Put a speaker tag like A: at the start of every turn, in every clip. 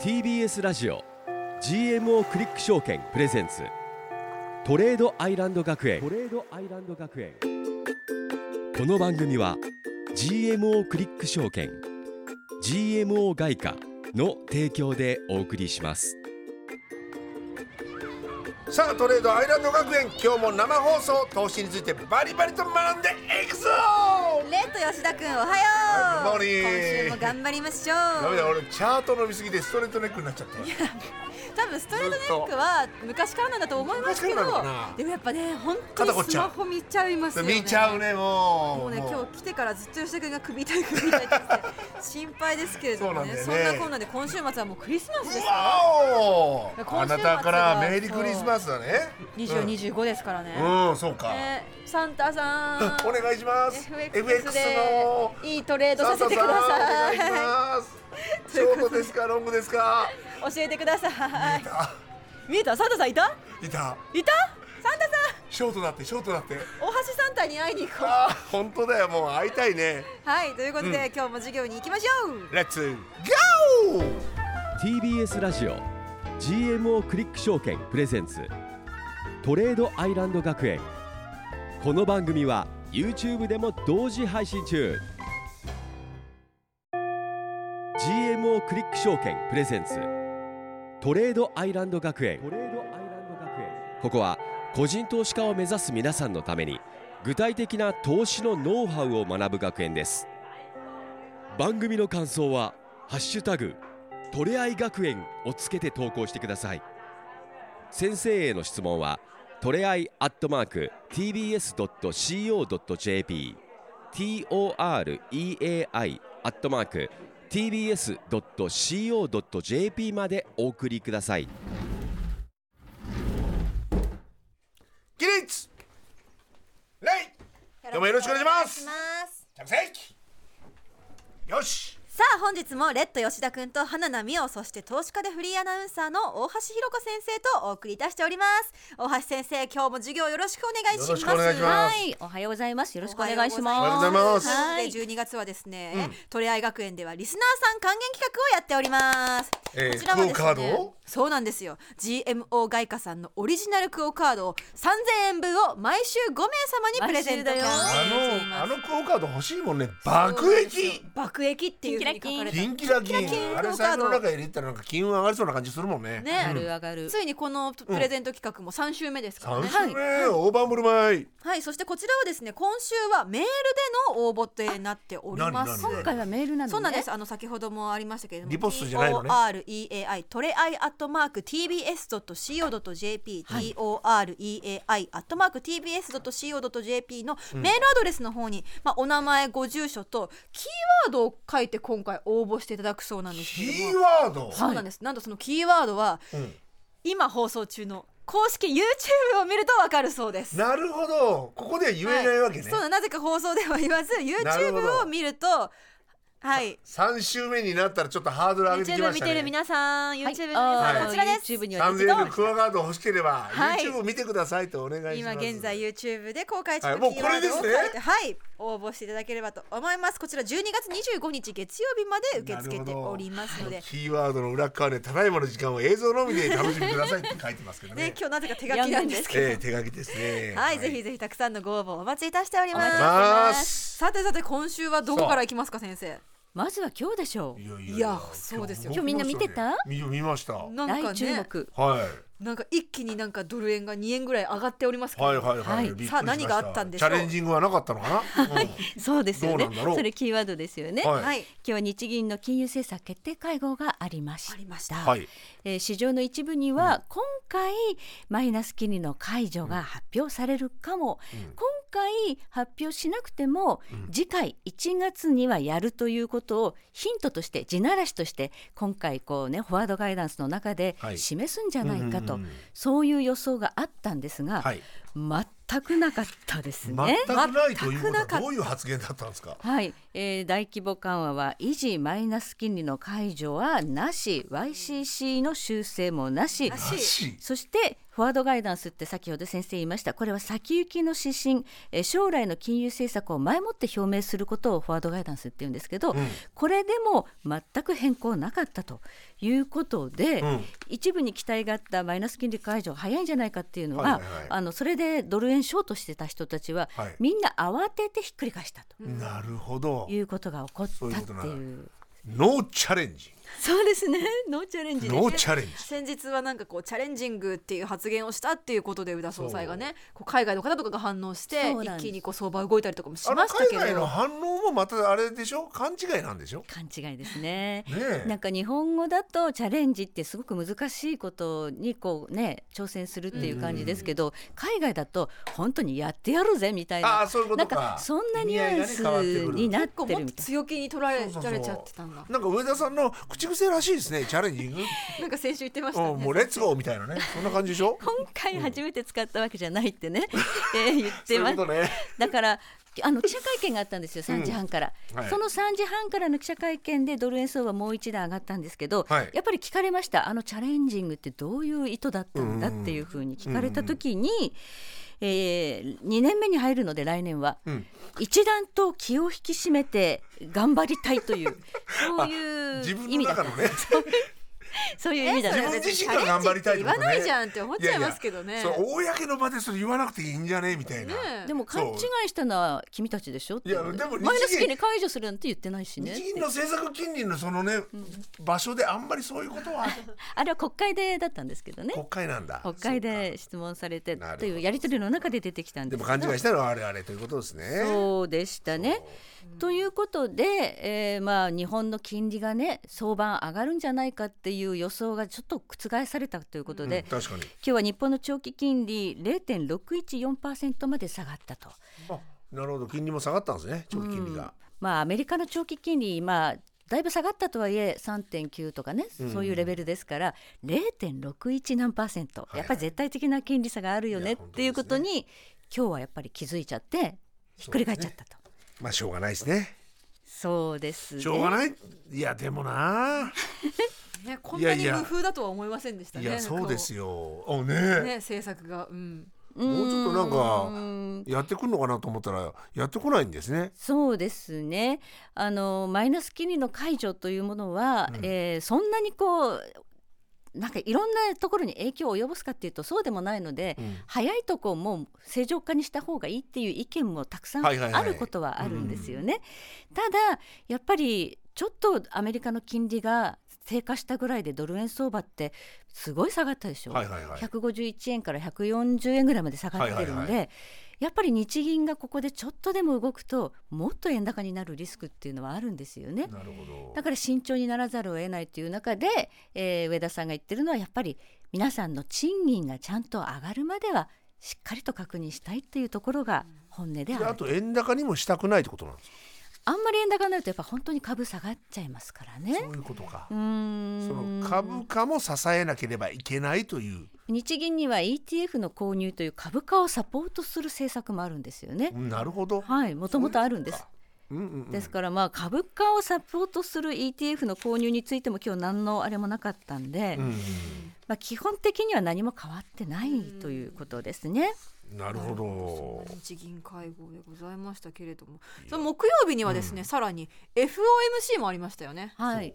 A: TBS ラジオ GMO クリック証券プレゼンツトレードアイランド学園トレードアイランド学園この番組は GMO クリック証券 GMO 外貨の提供でお送りします
B: さあトレードアイランド学園今日も生放送投資についてバリバリと学んでいくぞ
C: レッド吉田くんおはよう
B: はい good morning
C: 今週も頑張りましょ
B: ダメ
C: う
B: だ俺チャート飲みすぎてストレートネックになっちゃった
C: 多分ストレートネックは昔からなんだと思いますけど
B: 昔からなのかな
C: でもやっぱね本当
B: 肩こっ
C: に
B: ち
C: ス
B: ゃう
C: マホ見ちゃいますよね
B: 見ちゃうねもう
C: もうね
B: もう
C: 今日来てからずっと吉田君が首痛い首痛いって言ってて心配ですけれどもね
B: そう
C: そ
B: なん
C: ん
B: だよね
C: なこんなで今週末はもうクリスマスです
B: う
C: か
B: わお
C: 今
B: あ
C: 週末
B: なたからメリークリスマスだね
C: ら20、25ですからね、
B: うん、うん、そうか、
C: ねサンタさん
B: お願いします
C: FX で
B: の
C: いいトレード
B: サ
C: さ
B: ンタ
C: せ
B: さ
C: て
B: ん
C: ください
B: お願いしますショートですかロングですか
C: 教えてください
B: あ
C: 見えたサンタさんいた
B: いた
C: いたサンタさ
B: ショートだってショートだって
C: ん大橋サンタに会いに行こう
B: あー本当だよもう会いたいね
C: はいということで、今日も授業に行きましょう
B: レッツゴー
A: TBS ラジオ GMO クリック証券プレゼンツトレードアイランド学園この番組は YouTube でも同時配信中 GMO クリック証券プレゼンツトレードアイランド学園ここは個人投資家を目指す皆さんのために具体的な投資のノウハウを学ぶ学園です番組の感想は「ハッシュタグトレアイ学園をつけて投稿してください先生への質問はトレアイアットマーク tbs.co.jp toreai アットマーク tbs.co.jp までお送りください
B: 起立礼どうもよろしくお願いします着席よし
C: さあ本日もレッド吉田くんと花名美桜そして投資家でフリーアナウンサーの大橋ひろ子先生とお送りいたしております大橋先生今日も授業よろしくお願いします
B: よろしくお願いします
D: はい、おはようございます。よろしくお願いします。
B: おはようございます
D: はい
C: で12月はですね、トレアイ学園ではリスナーさん還元企画をやっております。
B: えー
C: こちらはですね
B: クオカードを
C: そうなんですよ。GMO 外貨さんのオリジナルクオカードを3000円分を毎週5名様にプレゼントキャンペ
B: あ
D: 毎週
C: ーンしてい
B: の
C: ま
B: あ
C: す。
B: のクオカード欲しいもんね爆益
C: 爆益っていうふうに書かれた
B: キンキラキン
C: キンキラキン
B: あれ
C: クオカ
B: 財
C: ー
B: 布
C: ド
B: の中入れたらなんか金運上がりそうな感じするもんね
D: 上がる
C: ね。
D: 上がる。
C: ついにこのプレゼント企画も3週目ですから
B: 三
C: ね。
B: 週目オーバームルマイ
C: はい、そしてこちらはですね、今週はメールでの応募となっております。
B: 何何
D: 今回はメールなのね。
C: そうなんです。あの先ほどもありましたけれども、
B: リポストじゃないのね
C: T O R E A I トレアイアットマーク T B S ドット C O ドット J P T O R E A I アットマーク T B S ドット C O ドット J P のメールアドレスの方に、まあお名前ご住所とキーワードを書いて今回応募していただくそうなんです
B: キ
C: けれど
B: ー
C: も、
B: ワード
C: そうなんです。なんとそのキーワードは、
B: ん
C: 今放送中の公式 YouTube を見るとわかるそうです。
B: なるほどここでは言えないわけね
C: そうだなぜか放送では言わず
B: なるほど
C: YouTube を見るとはい
B: 三週目になったらちょっとハードル上げてき
C: YouTube
B: まし
C: 見
B: た
C: てる
B: ね
C: 皆さん YouTube
D: はい。
C: の皆さん、
B: はい
C: こちらです、
D: YouTube には
B: 三
D: 出
B: 千
D: てき
B: 円の
D: た
B: クオカード欲しければ
C: はい
B: YouTube を見てくださいとお願いしま
C: 今
B: す
C: 現在 YouTube で公開中
B: はい
C: の
B: もう
C: キーワードを
B: こ
C: 書
B: れ
C: い
B: ですね
C: てはい応募していただければと思いますこちら12月25日月曜日まで受け付けておりますので、
B: キーワードの裏側でただいまの時間を映像のみで楽しみくださいって書いてますけどね
C: ね今日なぜか手書きなんですけど
B: えー手書きですね
C: はい、ぜひぜひたくさんのご応募お待ちいたしておりま
D: お
C: す
D: 待ち
B: しております
C: さてさて今週はどこからいきますか先生
D: まずは今日でしょう。
B: やい
C: いやそうですよ
B: 僕
D: 今日みんな見てた
B: 見見ましたはい
C: なんか
D: 大注
C: ね
D: 目。
B: はい
C: なんか一気になんかドル円が2円ぐらい上がっておりますけど、
B: はいはい
D: は
B: はいいびっくりしました
C: さあ何があったんでしょう
B: チャレンジングはなかったのかな うん
D: そうですよ
B: ど
D: ね
B: うなんだろう。
D: それキーワードですよね。
B: はい
C: はい
D: 今日日銀の金融政策決定会合がありまし
C: あ
D: た。
C: りました。
B: はい
D: えー市場の一部には今回マイナス金利の解除が発表されるかも、今回発表しなくても、次回1月にはやるということをヒントとして地ならしとして今回こうねフォワードガイダンスの中で
B: はい
D: 示すんじゃないか
B: うんうんう
D: と、
B: ん
D: そういう予想があったんですが、
B: はい
D: 全くなかったです
B: 全
D: ね。
B: くないということ
C: 全くなかっ
B: は
C: た
B: どういう発言だったんですか
D: はい、えー大規模緩和は維持マイナス金利の解除はなし YCC の修正もなし
C: なし
B: らしい
D: そしてフォワードガイダンスって先ほど先生言いましたこれは先行きの指針、えー将来の金融政策を前もって表明することをフォワードガイダンスって言うんですけど、これでも全く変更なかったということで、
B: うん
D: 一部に期待があったマイナス金利解除が早いんじゃないかっていうのは、
B: はいはいはい
D: あのそれでドル円ショートしてた人たちは、
B: はい
D: みんな慌ててひっくり返したと。
B: なるほど
D: いうことが起こっ
B: そういう
D: た
B: こ
D: っ
B: と
D: て
B: なんだ
D: いう。
B: ノーチャレンジ
D: そうですね。 ノーチャレンジです
B: ノーチャレンジ
C: 先日はなんかこうチャレンジングっていう発言をしたっていうことで宇田総裁がねこう海外の方とかが反応して
D: そうなん
C: 一
D: です
C: 気にこう相場動いたりとかもし
B: あの
C: ました
B: 海
C: け
B: 外の
C: ど
B: 反応もまたあれでしょ勘違いなんでしょ
D: 勘違いです
B: ね
D: ね。
B: え
D: なんか日本語だとチャレンジってすごく難しいことにこうね挑戦するっていう感じですけど、海外だと本当にやってやるぜみたい
B: あ
D: な
B: あそういうこと
D: なん
B: か
D: かそんなニュアンスになっ
C: 結構
D: て
C: も
D: る
C: っ
D: み
C: と
D: たい
C: 強気に
B: そ
C: 捉
B: う
C: え
B: そうそう
C: られちゃってたんだ
B: なんか上田さんの口癖らしいですねチャレンジン グ、
C: なんか先週言ってましたね
B: うん、もうレッツゴーみたいなねそんな感じでしょ
D: 今回初めて使ったわけじゃないってね、えー言 っ
B: そう
D: て
B: いう
D: ま
B: こ
D: す
B: とね
D: だからあの記者会見があったんですよ3時半から、
B: はい
D: その3時半からの記者会見でドル円相場もう一段上がったんですけど、
B: はい
D: やっぱり聞かれましたあのチャレンジングってどういう意図だったんだっていうふうに聞かれた時に、え2年目に入るので来年は、
B: ん
D: 一段と気を引き締めて頑張りたいと いうそうい
B: 自
D: う
B: 分の
D: 意味だっ
B: 中
D: た
B: のね
D: そういう意味だっ
B: 自
D: た
B: 分自身が頑張りたいってことね
C: チャレンジって言わないじゃんって思っちゃいますけどね
B: いやいやそれ公の場でそれ言わなくていいんじゃねみたいな、
C: ね
D: でも勘違いしたのは君たちでしょっていう
B: いやでも日銀
D: マイナス金利解除するなんて言ってないしね
B: 日銀の政策金利のそのね、場所であんまりそういうことは
D: あれは国会でだったんですけどね
B: 国会なんだ
D: 国会
B: そうか
D: で質問されて
B: なるほど
D: というやり取りの中で出てきたん
B: で
D: です
B: も勘
D: けど
B: 違いしたのはあれあれということですね
D: そうでしたね。ということで、えーまあ、日本の金利がね相場上がるんじゃないかっていう予想がちょっと覆されたということで、今
B: 確かに
D: 日は日本の長期金利0.614%まで下がったと。
B: あなるほど金利も下がったんですね長期金利が、
D: まあ、アメリカの長期金利、まあ、だいぶ下がったとはいえ3.9とかね、そういうレベルですから0.61何パーセント、
B: はい
D: やっぱり絶対的な金利差があるよ
B: い
D: ね
B: や
D: っていうことに、今日はやっぱり気づいちゃってひっくり返っちゃったと。
B: まあしょうがないですね
D: そうですね
B: しょうがないいやでもな
C: ねこんないに
B: やいや
C: 無風だとは思いませんでした
B: い
C: ね
B: やそうです
C: よ
B: よあね
C: ね政策がうん
B: もうちょっとなん
D: う
B: か
D: ーん
B: やってくんのかなと思ったらやってこないんですね
D: そうですねあのマイナス金利の解除というものは、えーそんなにこうなんかいろんなところに影響を及ぼすかっていうとそうでもないので、
B: ん
D: 早いとこもう正常化にした方がいいっていう意見もたくさん
B: はいはいはい
D: あることはあるんですよね。ただやっぱりちょっとアメリカの金利が低下したぐらいでドル円相場ってすごい下がったでしょ。
B: はいはいはい
D: 151円から140円ぐらいまで下がってる
B: は
D: の
B: いはい
D: で、やっぱり日銀がここでちょっとでも動くと、もっと円高になるリスクっていうのはあるんですよね。
B: なるほど
D: だから慎重にならざるを得ないという中で、えー上田さんが言ってるのは、やっぱり皆さんの賃金がちゃんと上がるまでは、しっかりと確認したいっていうところが本音で
B: で
D: あ
B: あ
D: る。
B: と円高にもしたくないってことなんですか
D: あんまり円高になると、やっぱ本当に株下がっちゃいますからね
B: そ。ういうことか
D: うーん
B: その株価も支えなければいけないという
D: 日銀には ETF の購入という株価をサポートする政策もあるんですよね。
B: うんなるほど
D: はい、もともとあるんです。
B: うんうんうん
D: ですからまあ株価をサポートする ETF の購入についても今日何のあれもなかったんで、
B: うん
D: まあ基本的には何も変わってないということですね。
B: うんなるほど
C: 日銀会合でございましたけれどもその木曜日にはですね、さらに FOMC もありましたよね
D: はい。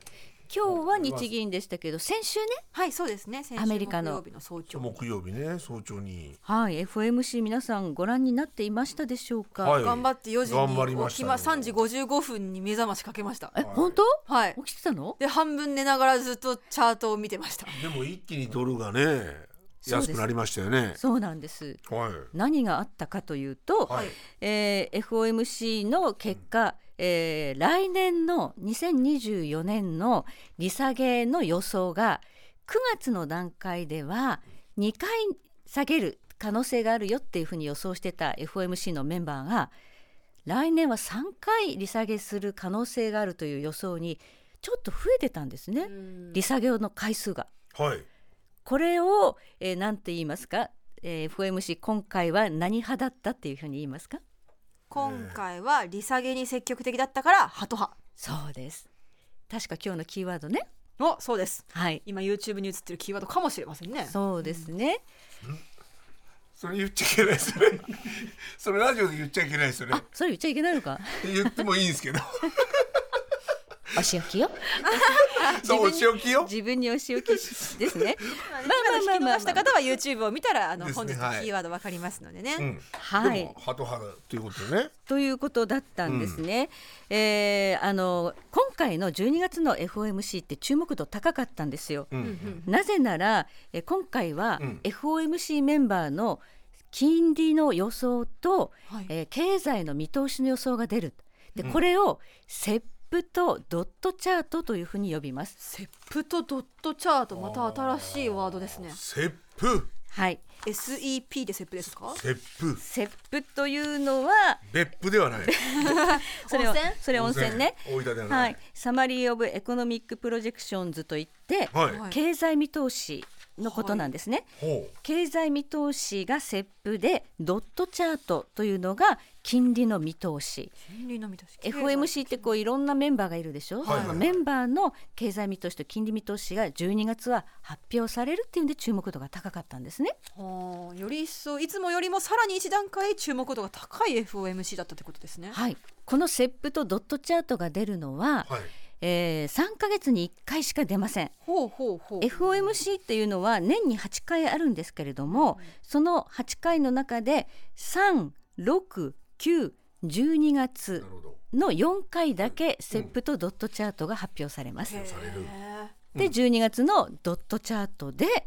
D: 今日は日銀でしたけど先週ね、
C: はいそうですね先週
D: アメリカ
C: 木
D: の
C: 曜日の早朝
B: 木曜日ね早朝に
D: はい、FMC 皆さんご覧になっていましたでしょうか。
B: はい
C: 頑張って4時
B: 頑張り
C: に
B: ま
C: 起
B: し
C: き
B: た
C: ま
B: よ
C: 3時55分に目覚ましかけました
D: え、本当？
C: はい
D: 起きてたの？
C: で半分寝ながらずっとチャートを見てました
B: でも一気にドルがね
D: そうです
B: 安くなりましたよね
D: そうなんです。
B: はい
D: 何があったかというと、
B: はい
D: えー FOMC の結果、えー来年の2024年の利下げの予想が9月の段階では2回下げる可能性があるよっていうふうに予想してた FOMC のメンバーが来年は3回利下げする可能性があるという予想にちょっと増えてたんですね、利下げの回数が。
B: はい
D: これを、えー、なんて言いますかえー、FOMC 今回は何派だったっていうふうに言いますか
C: 今回は利下げに積極的だったからハト派
D: そうです確か今日のキーワードね
C: おそうです
D: はい
C: 今 YouTube に映ってるキーワードかもしれませんね
D: そうですね、
B: それ言っちゃいけないですね それラジオで言っちゃいけないですよね
D: あそれ言っちゃいけないのか
B: 言ってもいいんですけど
D: お仕置きよ
B: そうお仕置きよ
D: 自分にお仕置きしですね
C: まあね
D: まあまあ
C: 今
D: まあまあ
C: の聞き逃した方は YouTube を見たらあの
B: です
C: 本
B: ね
C: 日のキーワードわかりますのでね、
B: うん
D: は
B: で
D: い
B: もハト派だということでね
D: ということだったんですね、えーあの今回の12月の FOMC って注目度高かったんですよ、
B: うん
D: なぜならえー今回は
B: うん
D: FOMC メンバーの金利の予想と、
C: はい
D: えー経済の見通しの予想が出るでこれをセップとドットチャートというふうに呼びます
C: セップとドットチャートまた新しいワードですね
B: セップ
D: はい、
C: SEP でセップですか
B: セップ
D: セップというのは
B: 別府ではない
D: それは
C: 温泉
D: それ 温泉ね
B: 大分ではな
D: はいい、サマリー・オブ・エコノミック・プロジェクションズといって、
B: はい、
C: はい
D: 経済見通しのことなんですね、
B: ほう
D: 経済見通しがセップでドットチャートというのが金利の見通し
C: 金利の見通し
D: FOMC ってこういろんなメンバーがいるでしょ、
B: はい
D: そのメンバーの経済見通しと金利見通しが12月は発表されるっていうんで注目度が高かったんですね
C: はあより一層いつもよりもさらに一段階注目度が高い FOMC だったってことですね
D: はいこのセップとドットチャートが出るのは、
B: はい
D: え3ヶ月に1回しか出ません
C: ほうほうほう
D: FOMC っていうのは年に8回あるんですけれども、その8回の中で369112月
B: なるほど
D: の4回だけセップとドットチャートが発表されます。
C: へ
B: される
C: え
D: で12月のドットチャートで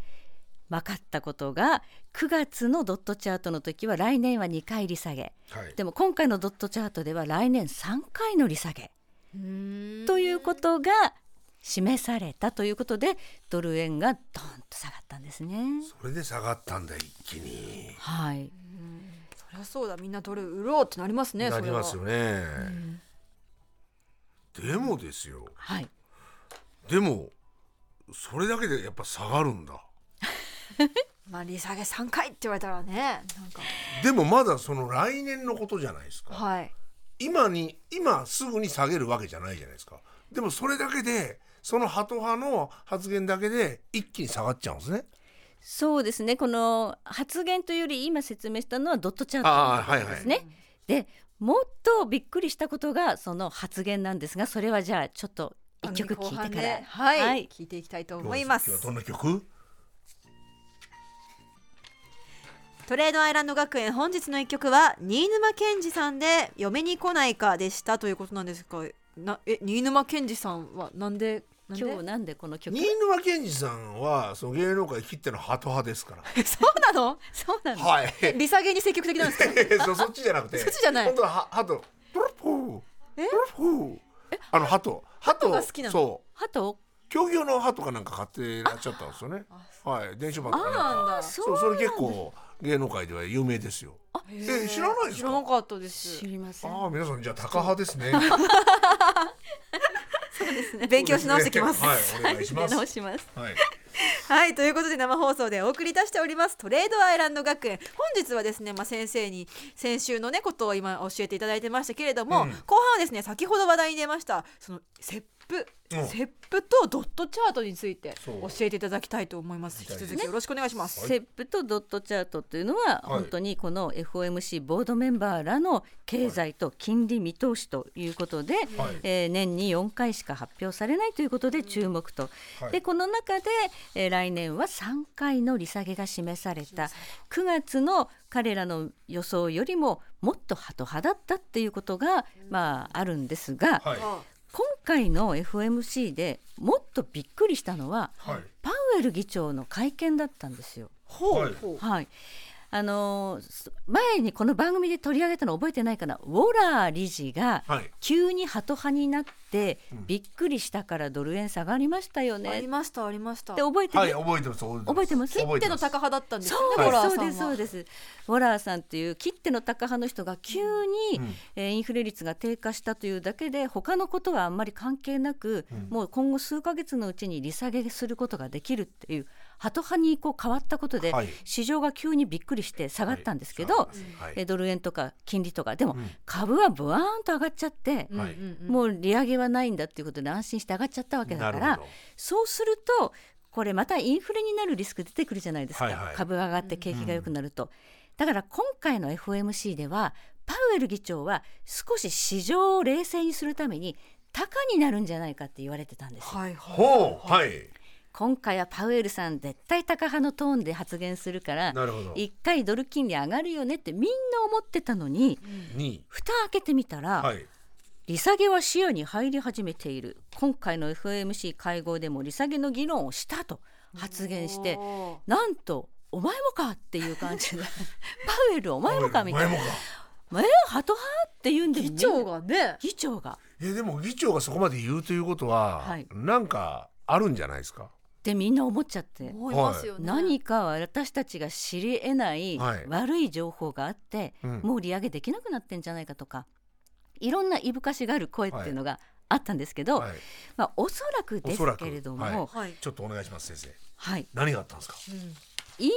D: 分かったことが9月のドットチャートの時は来年は2回利下げ
B: はい
D: でも今回のドットチャートでは来年3回の利下げ
C: うーん
D: ということが示されたということでドル円がドーンと下がったんですね。
B: それで下がったんだ一気に
D: はい、
C: そりゃそうだみんなドル売ろうってなりますね
B: なります
C: そ
B: よ
C: れは
B: ね、でもですよ
D: はい、
B: でもそれだけでやっぱ下がるんだ
C: まあ利下げ3回って言われたらねなんか
B: でもまだその来年のことじゃないですか
C: はい
B: 今に今すぐに下げるわけじゃないじゃないですかでもそれだけでそのハト派の発言だけで一気に下がっちゃうんですね
D: そうですねこの発言というより今説明したのはドットチャート
B: ああはいは
D: で
B: い
D: すね。でもっとびっくりしたことがその発言なんですがそれはじゃあちょっと一曲聴いてから、
C: 番組後半ではい、
D: はい
C: 聞いていきたいと
B: どう
C: 思
B: です
C: いま
B: 今日
C: す
B: はどんな曲
C: トレードアイランド学園本日の一曲は新沼健治さんで嫁に来ないかでしたということなんですがなえ新沼健治さんはなんでなんで
D: 今日なんでこの曲
B: 新沼謙治さんはその芸能界きってのハト派ですから
C: そうなの
D: そうなんです、
B: はい
C: 利下げに積極的なんですか
B: そそっちじゃなくて
C: そっちじゃない
B: 本当はハハトプルプープルプーあのハトハト
C: が好きなの
B: そう
D: あと
B: 競技用のハトかなんか買ってらっしゃったんですよねはい電子版とかなんか
C: なんだ
B: そうそれ結構芸能界では有名ですよ。え知らないです
C: 知ら
B: か。
C: な
B: あ
C: かったです
D: 知りません
B: あー皆さんじゃあ高派ですね。
C: 勉強し直してきます
B: はいお願いしま
D: 出
B: す。
D: 直します
B: はい。
C: はいということで生放送でお送り出しておりますトレードアイランド学園本日はですね、まあ、先生に先週のねことを今教えていただいてましたけれども、
B: うん
C: 後半はですね先ほど話題に出ましたそのセップ
B: うん
C: セップとドットチャートについて
B: そう
C: 教えていただきたいと思います引き続きよろしくお願いします、
D: セップとドットチャートというのは、
B: はい
D: 本当にこの FOMC ボードメンバーらの経済と金利見通しということで、
B: はい
D: えー年に4回しか発表されないということで注目と、
B: はい
D: でこの中で、えー来年は3回の利下げが示された9月の彼らの予想よりももっとハト派だったっていうことが、まあ、あるんですが、
B: はい
C: あ
D: 今回の FOMC でもっとびっくりしたのは
B: はい
D: パウエル議長の会見だったんですよ。
C: ほ
B: はいう
C: ほう
D: はい。あのーす前にこの番組で取り上げたの覚えてないかなウォラー理事が
B: はい
D: 急にハト派になって、びっくりしたからドル円下がりましたよ
C: あ
D: ねっ
C: り
D: て
C: ましたありました
D: 覚えてる、
B: はい覚えてます覚
D: 覚
B: え
D: え
B: て
D: て
B: ま。
D: ますす
B: 覚え
C: 手
B: て
C: の
B: ます
C: 高派だったんです
D: そう
C: よ
D: で
C: ね
D: す、
C: ホラーさんは
D: そうですそうですウォラーさんっていう切手のタカ派の人が急に、えーインフレ率が低下したというだけで他のことはあんまり関係なく、もう今後数ヶ月のうちに利下げすることができるっていうハト派にこう変わったことで、
B: はい
D: 市場が急にびっくりして下がったんですけど、
B: はい
D: えドル円とか金利とかでも
B: うん
D: 株はブワーンと上がっちゃって、
B: はい
D: もう利上げはないんだっていうことで安心して上がっちゃったわけだか
B: なる
D: ら
B: ほど
D: そうするとこれまたインフレになるリスク出てくるじゃないですか、
B: はいはい
D: 株が上がって景気が良くなると、だから今回の FOMC ではパウエル議長は少し市場を冷静にするために高になるんじゃないかって言われてたんですよ
C: はいはい
B: ほうはい
D: 今回はパウエルさん絶対高派のトーンで発言するから
B: なるほど
D: 一回ドル金利上がるよねってみんな思ってたのに
B: 二
D: 蓋開けてみたら、
B: はい
D: 利下げは視野に入り始めている今回の FOMC 会合でも利下げの議論をしたと発言して
C: おー
D: なんとお前もかっていう感 じでパウエルお前もかみたい
B: お
D: な
B: 前もか
D: 「えハト派?」って言うんで
C: 議長がね
D: 議長が
B: えでも議長がそこまで言うということは、
D: はい
B: なんかあるんじゃないですか
D: ってみんな思っちゃって
C: 思いますよね
D: 何か私たちが知り得ない
B: はい
D: 悪い情報があって、
B: うん
D: もう利上げできなくなってんじゃないかとかいろんないぶかしがある声っていうのがあったんですけど、
B: はい
D: まあ、おそらくですけれども、
B: おそらく
C: はい
B: ちょっとお願いします先生
D: はい、
B: 何があったんですか
D: インフ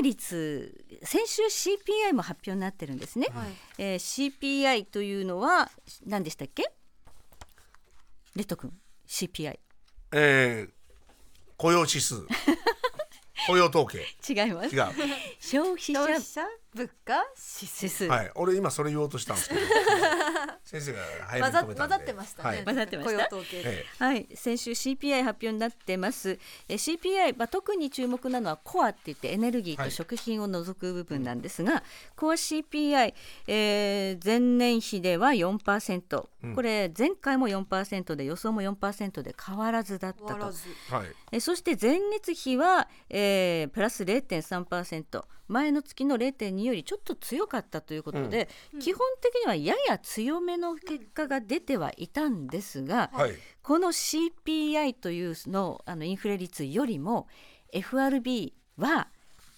D: レ率先週 CPI も発表になってるんですね、
C: はい
D: えー CPI というのは何でしたっけレッド君 CPI
B: えー、雇用指数雇用統計
D: 違います
B: 違う
D: 消費者
C: 消費者物価指数
D: 指数、
B: はい俺今それ言おうとしたんですけど先生が早め
C: 混ざ
B: に止めたん
C: 混
B: で
C: ざってました
B: は
C: ね
B: い
D: 混ざってました
C: 雇用統計
B: え
D: はい、先週 CPI 発表になってます。え CPI、まあ、特に注目なのはコアって言ってエネルギー
B: は
D: と
B: い
D: 食品を除く部分なんですが、コア CPI、えー前年比では4%、これ前回も4%で予想も4%で変わらずだっ
C: 終
D: た
C: わら
D: と。
C: ず
B: えはい
D: えそして前月比は、えープラス0.3%前の月の0.2よりちょっと強かったということで、基本的にはやや強めの結果が出てはいたんですが、
B: はい
D: この CPI というのあのインフレ率よりも FRB は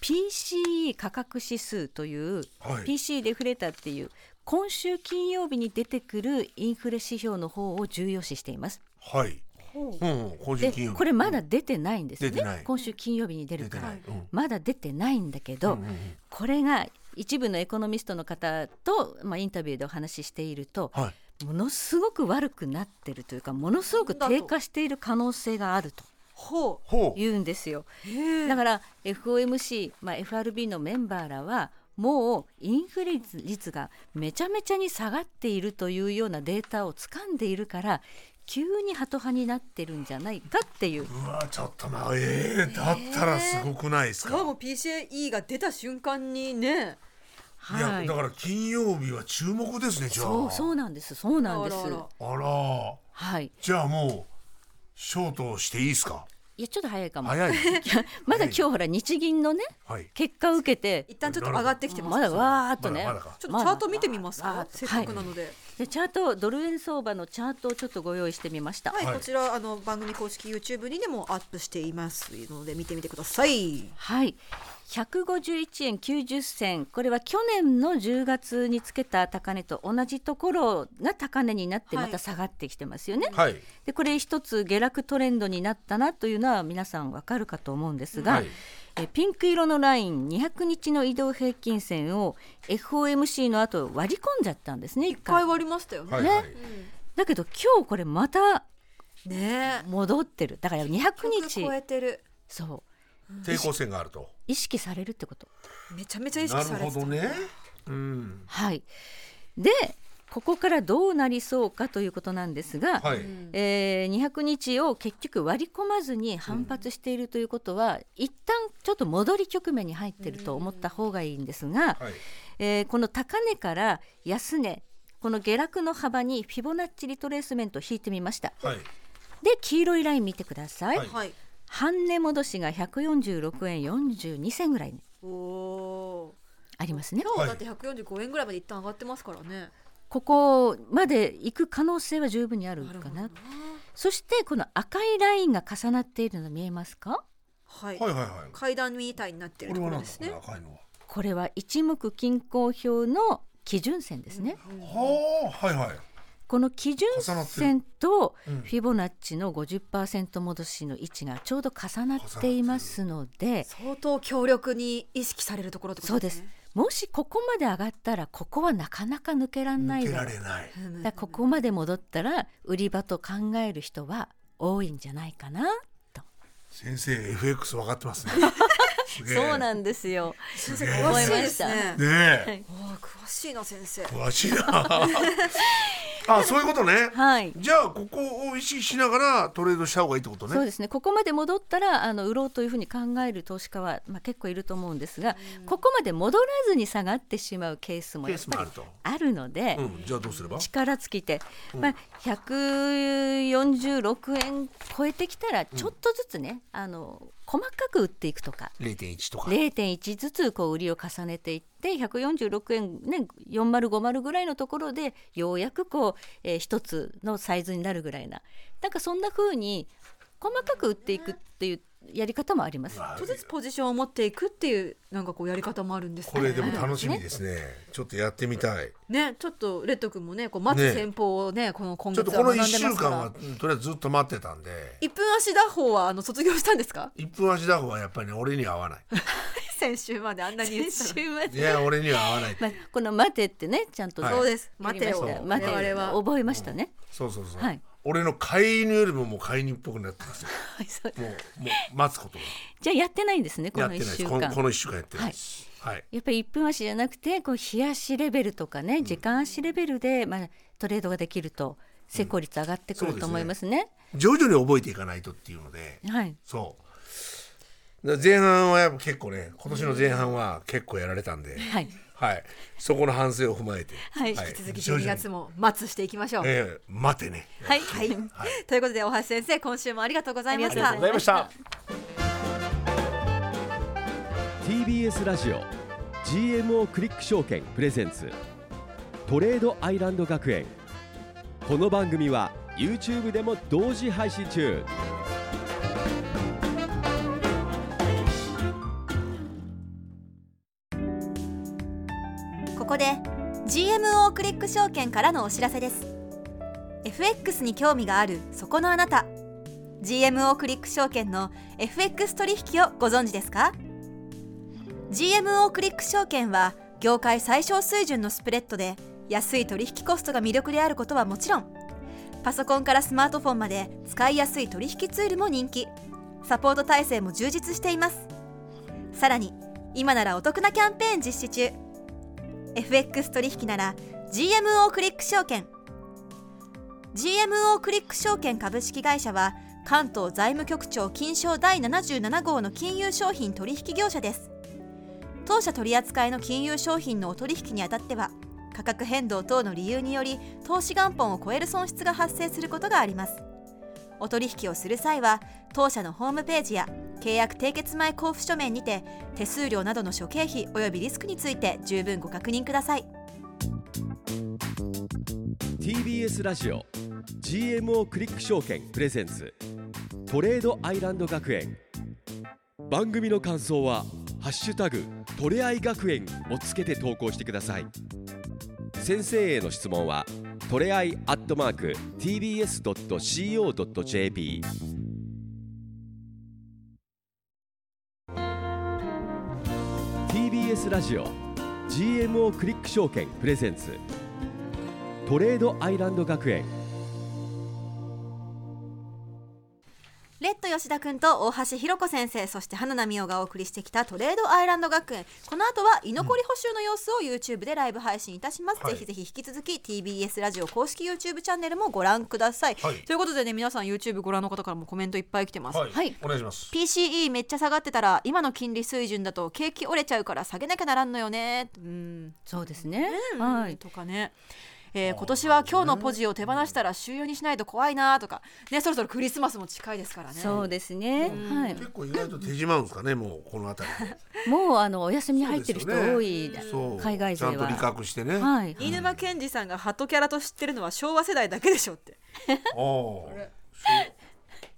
D: PCE 価格指数という、
B: はい
D: PCE デフレーターっていう今週金曜日に出てくるインフレ指標の方を重要視しています。
B: はいうんうん今週
D: で
B: 金曜日
D: これまだ出てないんですよ
B: 出てな
D: ね
B: い
D: 今週金曜日に出
B: 出
D: る
B: て
D: か
B: な
D: ら
B: い、うん
D: まだ出てないんだけど、これが一部のエコノミストの方と、まあ、インタビューでお話ししていると、
B: はい
D: ものすごく悪くなってるというかものすごく低下している可能性があると
C: ほ
B: ほう
D: 言うんですよ
C: うへえ
D: だから FOMC、まあ、FRB のメンバーらはもうインフレ率がめちゃめちゃに下がっているというようなデータを掴んでいるから急にハト派になってるんじゃないかっていう
B: うわちょっとなええだったらすごくないです
C: し
B: か、
C: かも PCE が出た瞬間にね
D: はいい
B: やだから金曜日は注目ですねじゃあ
D: そうそうなんですそうなんです
C: あらあら
B: あら
D: はい
B: じゃあもうショートをしていいですか
D: いやちょっと早いかも
B: 早いね
D: まだ今日ほら日銀のね
B: はい
D: 結果を受けて
C: 一旦ちょっと上がってきてます
D: まだわーっとね
B: まだまだか
C: ちょっとチャート見てみます
D: わー
C: か
D: っと
C: せっかくなので
D: でチャートドル円相場のチャートをちょっとご用意してみました。
C: はい、
B: はい
C: こちらあの番組公式 YouTube にでもアップしていますので見てみてください。
D: はい151円90銭これは去年の10月につけた高値と同じところが高値になって
C: はい
D: また下がってきてますよね。
B: はい
D: でこれ一つ下落トレンドになったなというのは皆さんわかるかと思うんですが、
B: はい
D: えピンク色のライン200日の移動平均線を FOMC の後割り込んじゃったんですね一
C: 一回
D: 回
C: 割りましたよね。
B: はい
D: ね
B: はい
D: だけど今日これまた
C: ねえ。
D: 戻ってるだから200
C: 100超
D: 日
C: えてる。
D: そう
B: 抵抗線があると
D: 意識されるってこと
C: めちゃめちゃ意識されてた。
B: ねうん
D: はい。で、ここからどうなりそうかということなんですが、
B: はい
D: えー200日を結局割り込まずに反発しているということは、一旦ちょっと戻り局面に入っていると思った方がいいんですが、
B: はい
D: えーこの高値から安値この下落の幅にフィボナッチリトレースメントを引いてみました。
B: はい
D: で黄色いライン見てください。
B: はい
C: はい。
D: 半値戻しが146円42銭ぐらいに
C: おお
D: ありますね。
C: ー。今日だって145円ぐらいまで一旦上がってますからね。
D: ここまで行く可能性は十分にあるかなそしてこの赤いラインが重なっているの見えますか
C: はい。
B: はいはいはい
C: 階段みたいになってる
B: ことれ
C: こ
B: は何
C: ろで
B: ですすか
C: ね
B: ね。赤いのは
D: これは一目均衡表の基準線ですね、
B: はあはいはい
D: この基準
B: 重なってる
D: 線と
B: う
D: フ
B: ん
D: ィボナッチの50%戻しの位置がちょうど重なっていますので
E: 相当強力に意識されるところってこ
D: そう
E: と
D: で
E: ですすね。
D: もしここまで上がったらここはなかなか抜けられない
B: 受け
D: だ
B: ら
D: ろう
B: れない。
E: そうで
D: だからここまで戻ったら売り場と考える人は多いんじゃないかなと
B: 先生 FX 分かって ますね。すげえ
D: そうなんですよ
E: 先生
B: ね
E: 詳しいです
D: 思い
E: ね。
B: ねえ。
E: おー詳しいな先生。
B: 詳しいな。 あ、そういうことね。
D: はい
B: じゃあここを意識しながらトレードした方がいいってことね。
D: そうですねここまで戻ったらあの売ろうというふうに考える投資家は、まあ、結構いると思うんですが、ここまで戻らずに下がってしまうケースも
B: ケ
D: や
B: ー
D: っ
B: スも
D: ぱ
B: あ
D: り
B: ると。
D: あるので、
B: うん。じゃあどうすれば？
D: 力尽きて、まあ、146円超えてきたらちょっとずつね、あの細かく売っていくとか
B: 0.1とか。
D: 0.1ずつこう売りを重ねていって146円、ね、4050ぐらいのところでようやくこう、えー一つのサイズになるぐらいななんかそんな風に細かく売っていくっていうやり方もあります。
B: あ
E: ちょっとずつポジションを持っていくっていうなんかこうやり方もあるんですね。
B: これでも楽しみですね。ちょっとやってみたい。
E: ねちょっとレッド君もねこう待つ戦法をねこの今
B: ちょっ
E: 月
B: と
E: は
B: こ
E: 学
B: の
E: んで
B: 一
E: ます
B: 週
E: から。
B: 間はうんとりあえずずっと待ってたんで。
E: 一分足打法はあの卒業したんですか
B: 一分足打法はやっぱりね俺には合わない。
E: 先週まであんなに言ってたのに
D: 週末
B: いや俺には合わない。
D: まあ、この「待て」ってねちゃんと、
B: はい
E: そうです待
D: やりま
E: てを
D: し
B: そ
D: た
E: 我
B: う
E: 々
D: 待て
E: は
D: 覚えましたね。
B: そうそうそう。
D: はい
B: 俺の飼い犬よりももう飼い犬っぽくなってますよ。
D: はいそう
B: もうもう待つこと
D: じゃあやってないんですねこ
B: がやっ
D: の
B: てないで
D: 1
B: す。
D: 週
B: この
D: 間。
B: この一週間やってないです。はい。
D: やっぱり1分足じゃなくてこう日足レベルとかね時間足レベルで、まあ、トレードができると成功率上がってく
B: う
D: る
B: ん
D: と思いますね。
B: 徐々に覚えていかないとっていうので。
D: はい
B: そう。だから前半はやっぱ結構ね、今年の前半は結構やられたんで、
D: はい
B: はい、そこの反省を踏まえて、
D: はい
E: 引き続き12月
B: も、
E: も待つしていきましょう。
B: ええ待てね。
E: はい、ということで大橋先生今週もありがとうございました。
B: ざいました。
A: TBS ラジオ GMO クリック証券プレゼンツトレードアイランド学園この番組は YouTube でも同時配信中
E: ここで GMO クリック証券からのお知らせです FX に興味があるそこのあなた GMO クリック証券の FX 取引をご存知ですか GMO クリック証券は業界最小水準のスプレッドで安い取引コストが魅力であることはもちろんパソコンからスマートフォンまで使いやすい取引ツールも人気サポート体制も充実していますさらに今ならお得なキャンペーン実施中 FX 取引なら GMO クリック証券 GMO クリック証券株式会社は関東財務局長金賞第77号の金融商品取引業者です当社取扱いの金融商品のお取引にあたっては価格変動等の理由により投資元本を超える損失が発生することがありますお取引をする際は当社のホームページや契約締結前交付書面にて手数料などの諸経費およびリスクについて十分ご確認ください
A: TBS ラジオ GMO クリック証券プレゼンツトレードアイランド学園番組の感想は「ハッシュタグトレアイ学園」をつけて投稿してください先生への質問はトレアイアットマーク TBS.CO.JP TBS ラジオ GMO クリック証券プレゼンツトレードアイランド学園
E: レッド吉田君と大橋ひろ子先生そして花奈美桜がお送りしてきたトレードアイランド学園この後は居残り補修の様子を YouTube でライブ配信いたします、
B: はい
E: ぜひぜひ引き続き TBS ラジオ公式 YouTube チャンネルもご覧ください、
B: はい
E: ということでね皆さん YouTube ご覧の方からもコメントいっぱい来てます、
B: はい、
D: はい
B: お願いします。
E: PCE めっちゃ下がってたら今の金利水準だと景気折れちゃうから下げなきゃならんのよねうん
D: そうですね、
E: は、
D: はいい
E: とかね、えー、今年は今日のポジを手放したら週4にしないと怖いなとか、ね、そろそろクリスマスも近いですからね。
D: そうですね、はい、
B: 結構意外と手締まうんですかね、もうこのあたりで。
D: もうあのお休みに入ってる人多い、
B: そう
D: 海外勢は
B: ちゃんと理覚してね。あ
D: はい、
E: 飯沼健二さんがハトキャラと知ってるのは昭和世代だけでしょって
B: あそう。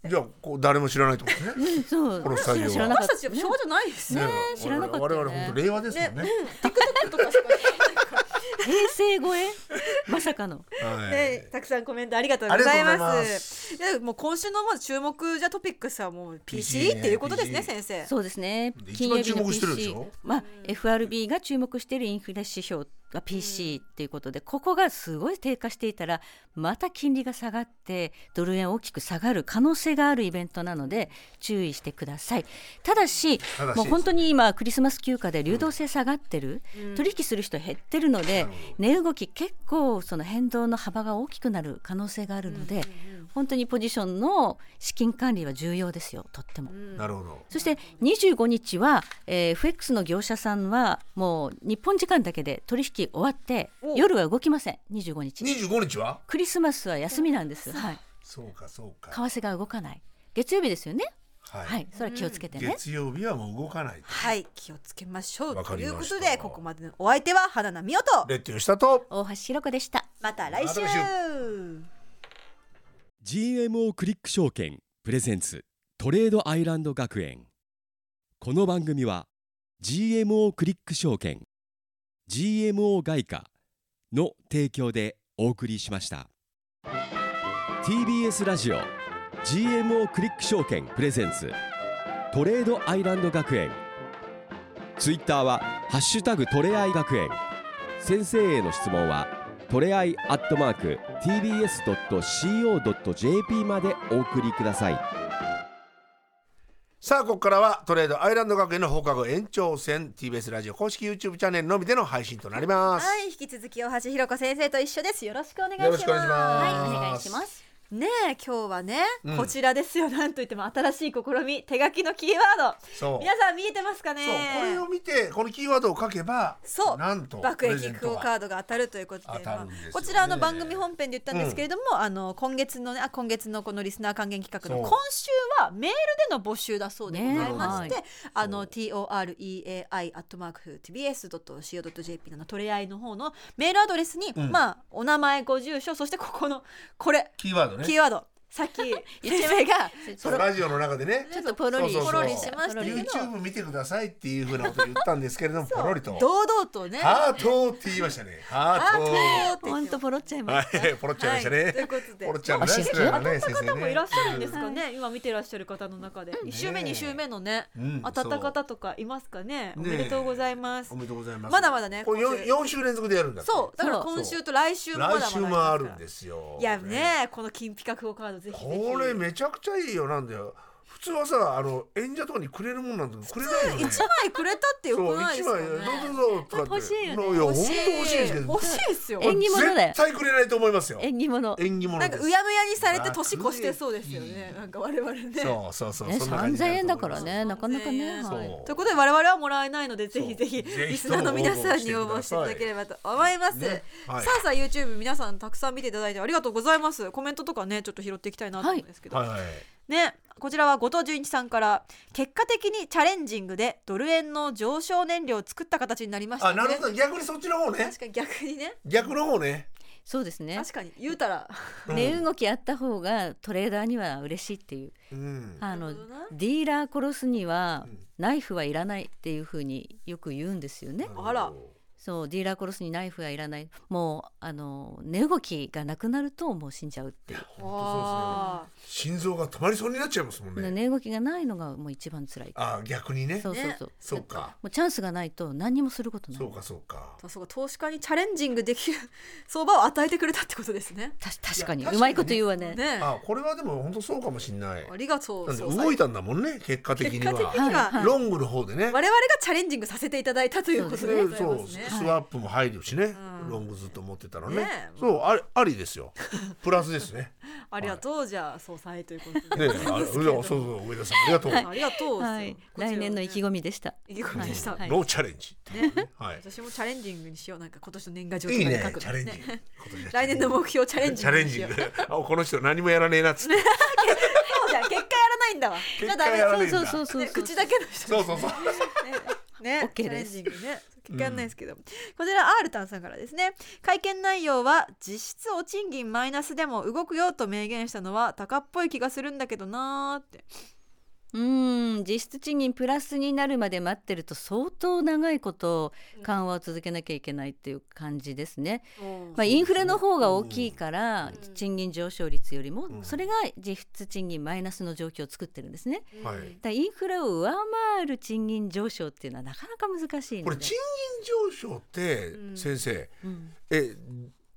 B: じゃあこう誰も知らないってことね。
D: そう
B: この作業は
D: 知らなか
E: 私
D: ったた
E: ち昭和じゃないです
B: ね
E: ね。
D: 知らなかったよね
B: 我々我々本当令和ですもんね。
E: TikTok とかしか
D: 平成超えまさかの
B: はい
C: ね、たくさんコメントありがとうござい
B: ありがとうござい
C: ま。
B: ます
C: いやもう今週のまず注目じゃトピックスはもう
B: PC
C: PC っていうことですね、
B: ね
C: 先生。
D: そうですね
B: で
D: 金曜日の
B: 一番注目してるでし
D: PC
B: ょ
D: まあ FRB が注目しているインフレ指標が PC っていうことでここがすごい低下していたらまた金利が下がってドル円大きく下がる可能性があるイベントなので注意してくださいただした
B: だし
D: もう本当に今クリスマス休暇で流動性下がってる、取引する人減ってるので値動き結構その変動の幅が大きくなる可能性があるので本当にポジションの資金管理は重要ですよとっても。
B: なるほど
D: そして25日は、えー、FX の業者さんはもう日本時間だけで取引終わって
C: お
D: 夜は動きません25日
B: 25日は
D: クリスマスは休みなんです、はい、
B: そうかそうか
D: 為替が動かない月曜日ですよね
B: は、
D: はいい、それは気をつけてね
B: 月曜日はもう動かない
C: はい、気をつけましょう。
B: わ
C: と
B: か
C: い
B: り
C: う
B: ま
C: こ
B: した
C: とで、ここまでのお相手は花奈美桜と、
B: レッド吉田と
D: 大橋ひろ子でした
C: また来週
B: また来
A: GMO クリック証券プレゼンツトレードアイランド学園この番組は GMO クリック証券 GMO 外貨の提供でお送りしました TBS ラジオ GMO クリック証券プレゼンツトレードアイランド学園ツイッターは「ハッシュタグトレアイ学園」先生への質問はトレアイアットマーク TBS.CO.JP までお送りください
B: さあここからはトレードアイランド学園の放課後延長戦 TBS ラジオ公式 YouTube チャンネルのみでの配信となります、
C: はい、引き続き大橋ひろ子先生と一緒です。よろしくお願いします。
B: よろしくお願いします
D: はいお願いします
C: ねえ、今日はね、
B: うん
C: こちらですよ。なんといっても新しい試み、手書きのキーワー
B: そ
C: ド。
B: う
C: 皆さん見えてますかね。
B: そうこれを見てこのキーワードを書けば
C: そう
B: なんとプ
C: 爆
B: レ
C: 益
B: ゼン
C: ク
B: ト
C: オ
B: が
C: カードが当たるということで
B: 当たるんですよね
C: こちらの番組本編で言ったんですけれども、あの今月のねあ今月のこのリスナー還元企画
B: そう
C: の今週はメールでの募集だそうでございまして、
D: ね
C: あの toreai アットマーク tbs ドット co ドット jp のトレアイの方のメールアドレスに、
B: ん
C: まあお名前ご住所そしてここのこれ
B: キーワードね
C: キーワードさっき先生が
B: そうラジオの中でね
D: ちょっとポロリ
B: そうそうそう
C: ポロリしましたけど
B: YouTube 見てくださいっていうふうなことを言ったんですけれ どもポロリと
C: 堂々とね
B: ハートって言いましたねハー
C: ー
D: 本当ポロっちゃい
B: ト
D: ま
B: は
D: す
B: いポロっちゃいましたね、
C: はいということで
B: ポロっちゃいましたね
C: 当たった
B: 先生
C: 方もいらっしゃるんです
B: ね
C: かね、今見てらっしゃる方の中で、二週目
B: ねえ
C: 二週目のね、
B: うん
C: 当たった方とかいますかね、
B: そう
C: おめでとうございます
B: おめでとうございます
C: まだまだね
B: これ
C: 今週
B: 四四週連続でやるんだって
C: そうだから今週と来週もまだまだ
B: 来週もあるん
C: す
B: ですよ
C: いやねこの金ピカクオカードぜひぜひ
B: これめちゃくちゃいいよなんだよ普通はさあの演者とかにくれるもんなんだけどくれないよね
C: 一枚くれたってよ
B: そう
C: くないで
B: 一枚
C: すか
B: ど
C: ね
B: うぞどうぞとかって
D: 欲しいよね
B: いや本当欲しいですけど
C: 欲しいですよ
D: 縁起物だよ
B: 絶対くれないと思いますよ
D: 縁起物
B: 縁起物
C: なん
B: で
C: か
B: す
C: うやむやにされて年越してそうですよねなんか我々ね
B: そうそうそう
D: ね
B: そんな感
D: 三
B: じに
D: 千
B: なる
D: 円
B: と思
D: だ
B: い
D: か
B: ま
D: ら
B: す
D: ねなかなかね
B: そう
D: はい
C: ということで我々はもらえないのでぜひぜひ
B: ぜひ
C: リスナーの皆さんに応募していただければと思います、
B: ねはい
C: さあさあ YouTube 皆さんたくさん見ていただいてありがとうございますコメントとかねちょっと拾っていきたいなと思うんですけど、
B: はいはい
C: ねこちらは後藤純一さんから結果的にチャレンジングでドル円の上昇燃料を作った形になりました
B: あ
C: ね
B: なるほど逆にそっちの方ね
C: 確かに逆にね
B: 逆の方ね
D: そうですね
C: 確かに言うたら
B: うん
D: 値動きあった方がトレーダーには嬉しいっていう
B: うん
D: あ
C: な
D: の
C: るほどな
D: ディーラー殺すには
B: うん
D: ナイフはいらないっていうふうによく言うんですよね。
C: あら
D: そうディーラー殺すにナイフはいらないもうあの値動きがなくなるともう死んじゃうっていう
B: 本当そうですね心臓が止まりそうになっちゃいますもんね
D: 値動きがないのがもう一番辛い。
B: あ逆にね
D: そうそうそう。
B: そうか
D: もうチャンスがないと何にもすることない
B: そ。うかそうか
C: あそうか投資家にチャレンジングできる相場を与えてくれたってことですね
D: た確かに
B: いや
D: うまいこと言うわね。
C: ね
B: あこれはでも本当そうかもしれない
C: ありがとう
B: なんで
C: 総裁
B: 動いたんだもんね結果的に
C: 結果
B: は
C: 的には、
D: はいはい
B: ロングの方でね
C: 我々がチャレンジングさせていただいたということ
B: そ
C: で
B: れ
C: ございま
B: そう
C: す
B: ス
C: ね。
B: ワップも入るしね
C: うん
B: ロングずっと持ってたの
C: ね
B: ね
C: え
B: そうありありですよプラスです ね
C: ありがとうじゃあ総裁ということで。
B: ねえ あれそうそうそう上田さんありがとう
C: ありがとうですよ。
D: はい。来年の意気
C: 込
D: 込みでした。
C: み。意気込みでした。
D: はい
B: ノーチャレンジはい
C: 私もチャレンジングにしようなんか今年の年賀状とか
B: いい
C: に
B: ね
C: 書く
B: チャレンジ
C: ね
B: 今年は
C: 来年の目標チャレンジ
B: チャレンジ
C: ングにしよ
B: あこの人何もやらねえなっつって
C: うそうじゃん結果やらないんだわ。じゃ あ
B: 結
C: ダ
B: 果
C: メ
B: やら
C: そ
B: ねえ
C: うん
D: そうそう
C: そ
D: そうう
C: ね
D: そう。
C: 口だけの人。
B: そうそうそう
C: ね、
D: OK です
C: チャレンジングね、結果やんないですけど、こちら R タンさんからですね会見内容は実質お賃金マイナスでも動くよと明言したのは高っぽい気がするんだけどなーって
D: うーん実質賃金プラスになるまで待ってると相当長いこと緩和を続けなきゃいけないっていう感じですね。まあ、インフレの方が大きいから賃金上昇率よりもそれが実質賃金マイナスの状況を作ってるんですね。
B: はい
D: だからインフレを上回る賃金上昇っていうのはなかなか難しいので
B: これ賃金上昇って
C: うん
B: 先生、
D: うん
B: え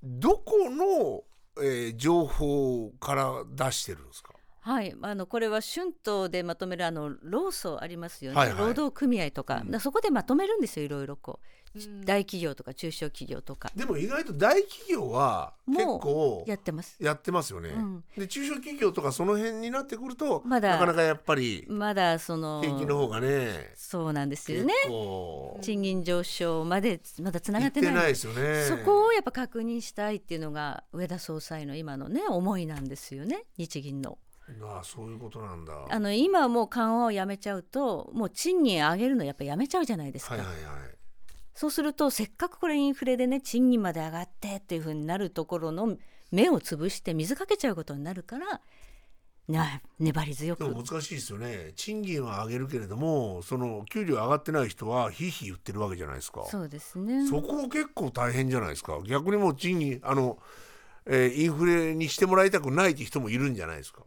B: どこの、えー情報から出してるんですか
D: はい、あのこれは春闘でまとめるあの労組ありますよね、
B: はいはい
D: 労働組合とか,、
B: うん
D: そこでまとめるんですよいろいろこう、
C: うん
D: 大企業とか中小企業とか
B: でも意外と大企業は
D: も
B: 結
D: う
B: 構
D: やってます。
B: やってますよね、
D: うん
B: で中小企業とかその辺になってくると、
D: まだ
B: なかなかやっぱり
D: まだその
B: 景気の方がね
D: そうなんですよね
B: 結構
D: 賃金上昇までまだつなが
B: い
D: っ
B: ってて
D: ない
B: ないですよね
D: そこをやっぱ確認したいっていうのが上田総裁の今のね思いなんですよね日銀の。
B: ああそういうことなんだ
D: あの今もう緩和をやめちゃうともう賃金上げるのやっぱやめちゃうじゃないですか、
B: はいはいはい
D: そうするとせっかくこれインフレでね賃金まで上がってっていうふうになるところの目を潰して水かけちゃうことになるからな粘り強
B: で
D: く
B: も難しいですよね賃金は上げるけれどもその給料上がってない人はひいひい言ってるわけじゃないですか
D: そうですね
B: そこ結構大変じゃないですか逆にもう賃金あの、えーインフレにしてもらいたくないって人もいるんじゃないですか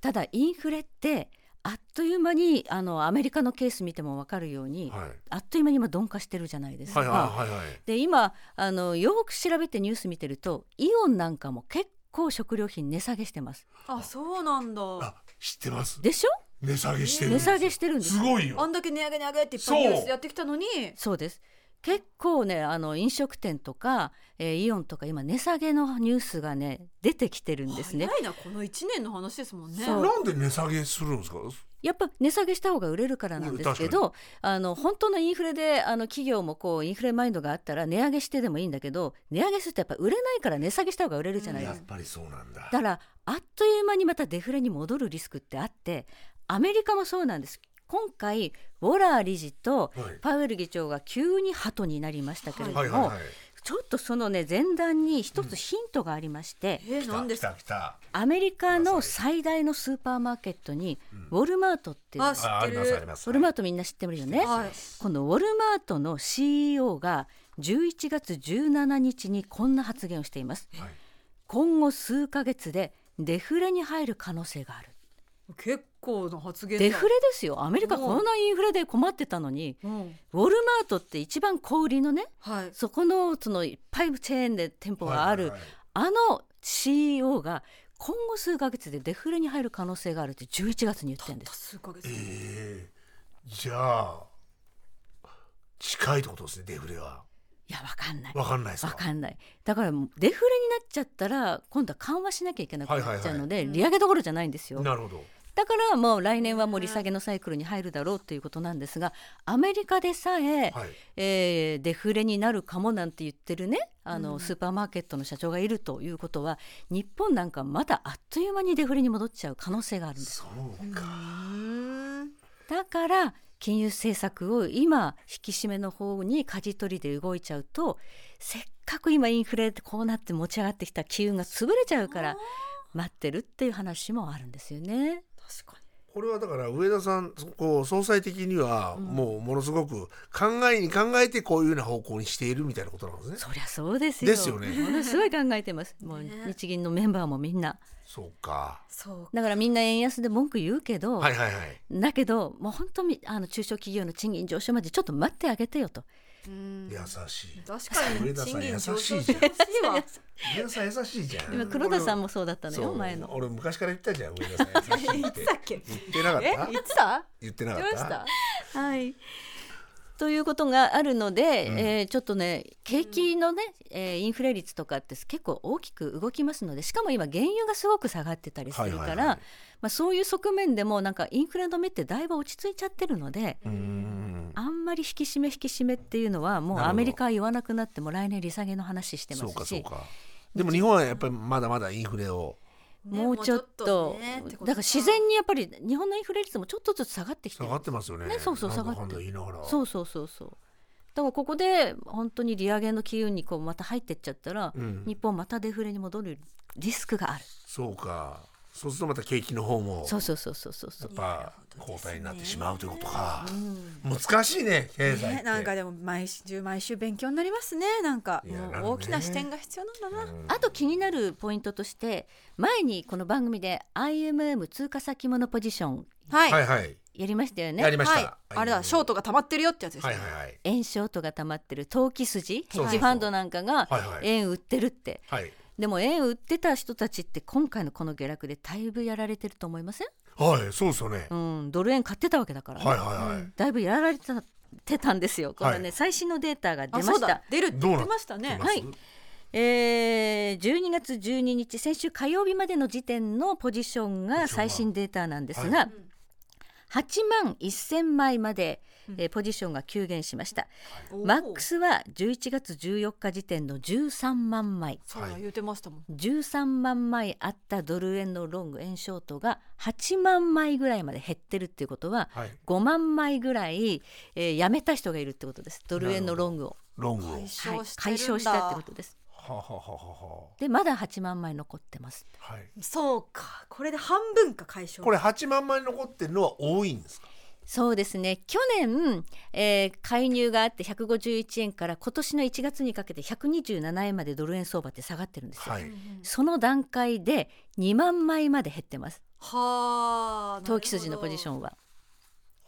D: ただインフレってあっという間にあのアメリカのケース見ても分かるように、
B: はい
D: あっという間に今鈍化してるじゃないですか。
B: はいはいはいはい
D: で今あのよく調べてニュース見てるとイオンなんかも結構食料品値下げしてます
C: あそうなんだ
B: あ知ってます
D: でしょ
B: 値下げしてる
D: 値下げしてるんです
B: す
D: よ
B: ごい
C: あ
B: よ
C: んだけ値上げ値上げっていっぱいニュースやってきたのに
D: そうです結構ねあの飲食店とか、えーイオンとか今値下げのニュースがね出てきてるんですね
C: 早いなこの一年の話ですもんね
D: そう
B: なんで値下げするんですか
D: やっぱ値下げした方が売れるからなんですけどあの本当のインフレであの企業もこうインフレマインドがあったら値上げしてでもいいんだけど値上げするとやっぱ売れないから値下げした方が売れるじゃないです
B: や
D: か
B: っぱりそうなんだ
D: だからあっという間にまたデフレに戻るリスクってあってアメリカもそうなんです今回ウォラー理事と
B: はい
D: パウエル議長が急にハトになりましたけれど
B: はいはい
D: も
B: はい
D: ちょっとそのね前段に一つヒントがありまして、
C: えー、なんで
B: 来
C: すか
B: た来た
D: アメリカの最大のスーパーマーケットにウォルマートっていう、
C: あ
D: ウ
C: 知
B: 来たああ
C: って
B: りますあ
C: る
B: ります
D: ォルマートみんな知ってるよね、
C: はい
D: このウォルマートの CEO が11月17日にこんな発言をしています
B: はい
D: 今後数ヶ月でデフレに入る可能性がある
C: 結構な発言だ
D: デフレですよアメリカこんなインフレで困ってたのに
C: うん
D: ウォルマートって一番小売りのね
C: はい
D: そこのそのいっぱいチェーンで店舗がある、
B: はいはいはい
D: あの CEO が今後数ヶ月でデフレに入る可能性があるって11月に言ってるんです
C: 数ヶ月
B: えーじゃあ近いってことですねデフレはい
D: やわかんない
B: わかんないです
D: わ
B: か
D: かんないだからもうデフレになっちゃったら今度は緩和しなきゃいけなくなっちゃうので、利上げどころじゃないんですよ
B: なるほど
D: だからもう来年はもう利下げのサイクルに入るだろうということなんですがアメリカでさえ、
B: はい
D: えーデフレになるかもなんて言ってるねあの、スーパーマーケットの社長がいるということは日本なんかまたあっという間にデフレに戻っちゃう可能性があるんです
B: そうか
C: うん
D: だから金融政策を今引き締めの方に舵取りで動いちゃうとせっかく今インフレってこうなって持ち上がってきた機運が潰れちゃうから待ってるっていう話もあるんですよね。
C: 確かに
B: これはだから上田さんそこう総裁的にはもうものすごく考えに考えてこういうような方向にしているみたいなことなんですね。
D: そりゃそうですよ。
B: ですよね
D: ものすごい考えて ます。もう日銀のメンバーもみんな。
B: そうか。
C: そう
D: だからみんな円安で文句言うけど、
B: はいはいはい。
D: だけどもう本当にあの中小企業の賃金上昇までちょっと待ってあげてよと。
C: うん
B: 優しい。
C: 確か
B: 上
C: に
B: 田さ
C: 賃
B: ん
C: 金上昇
B: 優しい
C: して
B: じゃん
C: ほしいわ
B: 上田さん優しいじゃん。
D: 今黒田さんもそうだったの
B: そ
D: よ
B: う
D: 前の。
B: 俺昔から言ったじゃん上田さん優しいって。
C: さっきえ
B: 言ってなかった
C: 言ってた
B: 言ってなか
C: 言
B: っ
C: ってましたた
D: はい。ということがあるので、えーちょっとね景気のね、えーインフレ率とかって結構大きく動きますのでしかも今原油がすごく下がってたりするから、
B: はいはいはい
D: まあ、そういう側面でもなんかインフレの目ってだいぶ落ち着いちゃってるので、
B: うんうんうん。
D: あんまり引き締め引き締めっていうのはもう
B: なるほど
D: アメリカは言わなくなっても来年利下げの話してま
B: そうか
D: す
B: そう
D: し
B: か。でも日本はやっぱりまだまだインフレを。
C: ね
D: もうちょっと,、
C: ねってこと
D: だから自然にやっぱり日本のインフレ率もちょっとずつ下がってきて
B: 下
D: る
B: がってますよね。
D: ねそうそう
B: なんだ
D: 下がって
B: かんだ言いながら。
D: そうそうそうそうだからここで本当に利上げの機運にこうまた入ってっちゃったら、
B: うん
D: 日本またデフレに戻るリスクがある
B: そうか。そうするとまた景気の方も
D: そうそうそうそうそうそ
B: や
D: う
B: っぱ後退になってしまうということか、難しいね経済って
C: ね、なんかでも毎週毎週勉強になりますねなんか
B: いやなるね
C: もう大きな視点が必要なんだな、
D: あと気になるポイントとして前にこの番組で IMM 通貨先物ポジション
C: はい、
B: はいはい
D: やりましたよね。
B: やりました、
C: はい、あれだショートが溜まってるよってやつです
B: はい
C: ね、
B: はいはい
D: 円ショートが溜まってる投機筋ヘ
B: そうそうそう
D: ッジファンドなんかが
B: はいはい
D: 円売ってるって、
B: はい
D: でも円売ってた人たちって今回のこの下落でだいぶやられてると思いません、
B: はいそうですよね、
D: うん、ドル円買ってたわけだからね、
B: はいはいはい、
D: だいぶやられてたてたんですよこれね、
B: はい
D: 最新のデータが出ま
C: あそう
D: し
C: だ
D: た、
C: 出るって
B: どう
C: 言っ
B: な
C: て
B: っ
C: ましたね
B: てます
D: はいえー、12月12日先週火曜日までの時点のポジションが最新データなんですが、
B: は
D: 8万1000枚まで、えーポジションが急減しました、
C: おー
D: マックスは11月14日時点の13万枚
C: そうだ言ってましたもん、
D: 13万枚あったドル円のロング円ショートが8万枚ぐらいまで減ってるっていうことは、
B: はい
D: 5万枚ぐらい、えーやめた人がいるってことですドル円のロングを、
B: ロングを
C: 解
D: はい
C: 消してるんだ
D: 解消したってことです
B: ははははは
D: でまだ8万枚残ってます
B: ははい
C: そうかこれで半分か解消
B: これ8万枚残ってるのは多いんですか
D: そうですね去年、えー介入があって151円から今年の1月にかけて127円までドル円相場って下がってるんですよ、
B: はい
D: その段階で2万枚まで減ってます
C: はあ
D: 投機筋のポジショ
C: ン
D: ンは。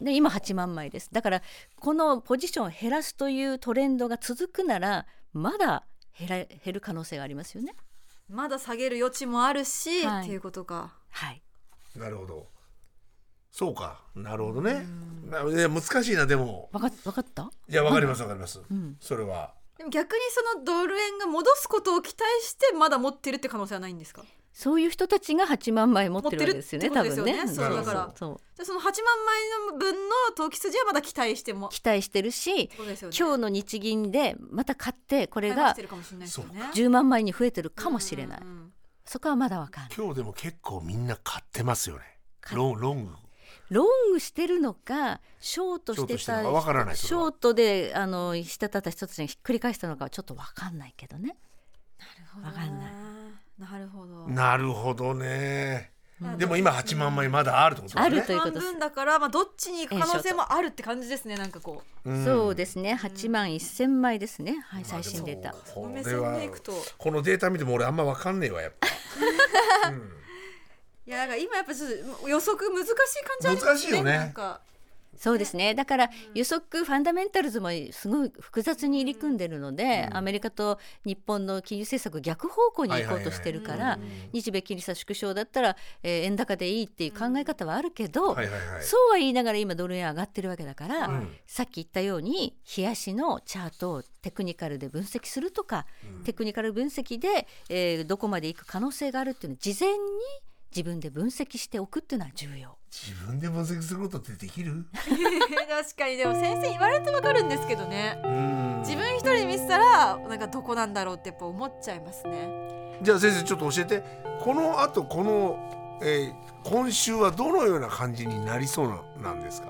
D: で今8万枚ですだからこのポジションを減らすというトレンドが続くならまだ減ら減る可能性がありますよね。
C: まだ下げる余地もあるし、
D: はい
C: っていうことか
D: はい、
B: なるほどそうかなるほどねなで難しいなでも
D: わかわかった
B: いやわかりますわかります、
D: ん
B: それは
C: でも逆にそのドル円が戻すことを期待してまだ持ってるって可能性はないんですか
D: そういう人たちが8万枚持ってるわけですよね
C: 持っ
D: 多
C: てるって
D: 分
C: ことです
D: ね
C: よね。
B: そうだから
D: そう
C: じゃあその8万枚の分の投機筋はまだ期待しても
D: 期待してるし
C: そうですよね
D: 今日の日銀でまた買ってこ
C: 買
D: れ
C: い戻し
D: が
C: てるかもしれないですよね
D: 10万枚に増えてるかもしれない、
C: うんうんうん
D: そこはまだわかんない。
B: 今日でも結構みんな買ってますよね
D: 買っ
B: ロンロング
D: ロングしてるのかショートしてた
B: ショートしてるのかわからないそ
D: シ
B: れは
D: ョートであのしたたった人たちがひっくり返したのかはちょっとわかんないけどねわかんない
C: なるほど
B: なるほどね
C: うん
B: でも今8万枚まだあるってことです
D: あ
B: ね
D: るということ
C: 半
D: です
C: 分だからまあどっちに行く可能性もあるって感じですねなんかこう
B: うん
D: そうですね8万1000枚ですねは
B: まあ
D: い最新データ
B: でも
C: この目
B: これ
C: 線
B: は
C: でいくと
B: このデータ見ても俺あんまわかんねえわやっぱ
C: いやなんか今やっぱちょっと予測難しい感じありますね
B: 難しいよね
C: なんか
D: そうですねだから予測ファンダメンタルズもすごい複雑に入り組んでるのでアメリカと日本の金融政策逆方向に行こうとしてるか
B: はいは
D: ら
B: いはいうん
D: 日米金利差縮小だったらえー円高でいいっていう考え方はあるけど
B: はいはいはい
D: そうは言いながら今ドル円上がってるわけだから、
B: うん
D: さっき言ったように冷やしのチャートをテクニカルで分析するとか、テクニカル分析で、えーどこまで行く可能性があるっていうのを事前に自分で分析しておくっていうのは重要。
B: 自分で分析することってできる
C: 確かにでも先生言われてわかるんですけどね
B: うん
C: 自分一人で見せたらなんかどこなんだろうってやっぱ思っちゃいますね
B: じゃあ先生ちょっと教えてこのあとこの、えー今週はどのような感じになりそうななんですか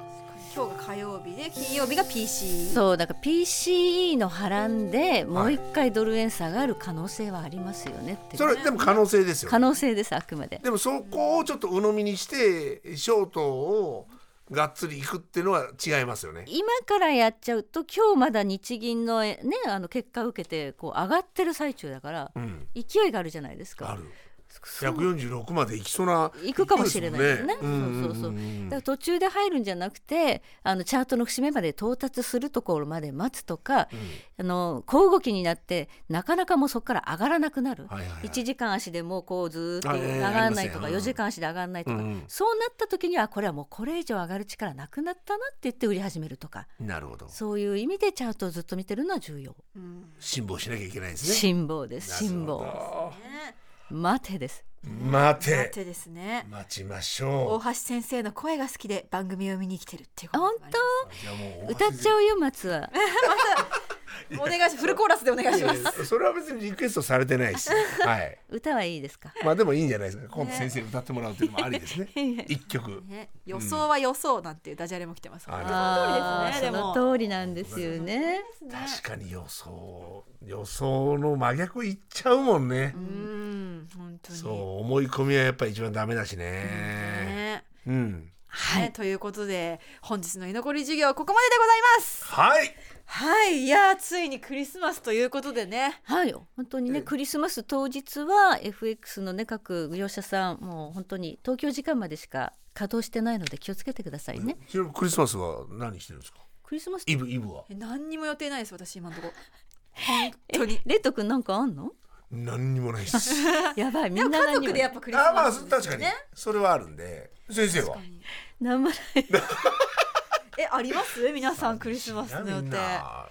C: 今日が火曜日で金曜日が PC
D: そうだから PCE の波乱でもう一回ドル円下がる可能性はありますよねっていう
B: それはでも可能性ですよ
D: 可能性ですあくまで
B: でもそこをちょっと鵜呑みにしてショートをがっつりいくっていうのは違いますよね
D: 今からやっちゃうと今日まだ日銀の,、ね、あの結果を受けてこう上がってる最中だから、
B: ん
D: 勢いがあるじゃないですか。
B: ある
D: そ
B: 146までいきそうな
D: 行くかもしれない
B: 勢で
D: で
B: すす
D: ね。
B: もん
D: そうそうそう。
B: んん
D: だから途中で入るんじゃなくて、あのチャートの節目まで到達するところまで待つとか、あの小動きになってなかなかもうそこから上がらなくなる。
B: はいはいはい
D: 1時間足でもうこうずーっと
B: あええ
D: 上がらないと
B: あ
D: か、
B: りますねうん
D: 4時間足で上がらないとか、
B: うんうん
D: そうなった時にはこれはもうこれ以上上がる力なくなったなって言って売り始めるとか、
B: なるほど
D: そういう意味でチャートをずっと見てるのは重要。
B: 辛抱しなきゃいけないですね
D: 辛抱です。辛抱。
C: ね
D: 待てです。
B: 待
C: だっててですね
B: 待ちまし
C: 大
B: ょ
C: 橋先生の声が好きで番組を見に来てるっていうこと
D: 本
C: です
D: 当
B: うじゃあもう
D: 歌っちゃうよ松は。
C: お願いしフルコーラスでお願いします
B: それは別にリクエストされてないしはい
D: 歌はいいです か。
B: まあでもいいんじゃないですか今度先生に歌ってもらうっていうのもありです ね一曲
C: ね、予想は予想なんていうダジャレも来てますから、
B: あ
C: 通りですねで
D: あー
C: も
D: その通りなんですよね。
B: 確かに予想予想の真逆いっちゃうもんね
C: うん本
E: 当に
B: そう思い込みはやっぱり一番ダメだしね
E: ね
B: うん
D: は
E: ね
D: い。
E: ということで本日の居残り授業はここまででございます
B: はい
E: はいいやーついにクリスマスということでね
D: はい、本当にねクリスマス当日は FX のね各業者さんもう本当に東京時間までしか稼働してないので気をつけてくださいね。
B: ちなみにクリスマスは何してるんですか
D: クリスマス
B: イブイブは
E: え何にも予定ないです私今のところ本当に
D: レッド君なんかあんの？
B: 何にもないです
D: やばいみ
E: で
D: ん
E: も
D: な
E: 家
D: 何に
E: 族
D: も
E: でやっぱクリス
B: あま
E: マ
B: あ
E: ス、ね、
B: 確かにそれはあるんで先生は
D: 何もない。
E: えあります皆さんクリスマスの予
B: みん
E: 定
B: な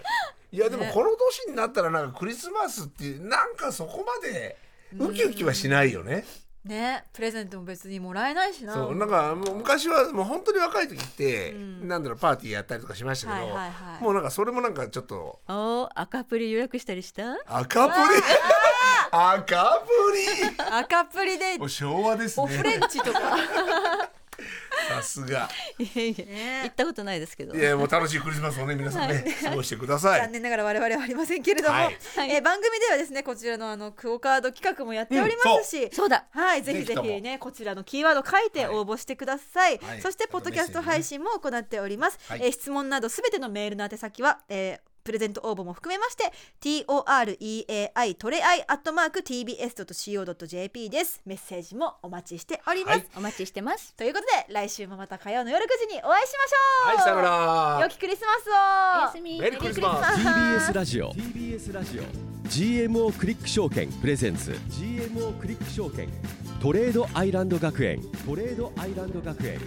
B: いやでもこの年になったらなんかクリスマスっていうなんかそこまでウキウキはしないよね
E: ねプレゼントも別にもらえないしな
B: そうなんかもう昔はもう本当に若い時って、
E: うん
B: なんだろうパーティーやったりとかしましたけど、
E: はいはいはい
B: もうなんかそれもなんかちょっと
D: お赤プリ予約したりした？
B: 赤プリ赤プ
E: 赤プリで
B: リもう昭和です
E: おフレ
B: ね
E: ンチとか
B: さすが
D: いやいや
E: ね
D: 行ったことないですけど
B: い。やもう楽しいクリスマスをね皆さんね過ごしてくださ
E: 残
B: い
E: 念ながら我々はありませんけれども、
B: はい
E: えー番組ではですねこちらのあのクオカード企画もやっておりますし、
D: そうだ。
E: はい、ぜひぜ
B: ぜひと
E: ひ
B: も
E: ね、こちらのキーワード書いて応募してください。
B: はい
E: そして、
B: あと
E: ポッドキャスト配信も行っております。
B: はい
E: えー質問などすべてのメールの宛先は、えープレゼント応募も含めまして、toreai トレアイアットマーク tbs.co.jp です。メッセージもお待ちしております。
B: はい
D: お待ちしてます。
E: ということで、来週もまた火曜の夜9時にお会いしましょう。
B: はいさよなら
E: 良きクリスマスを。
D: み
B: メリークリスマス
A: TBS ラジオ TBS ラジオ GMO クリック証券プレゼンツ GMO クリック証券トレードアイランド学園トレードアイランド学園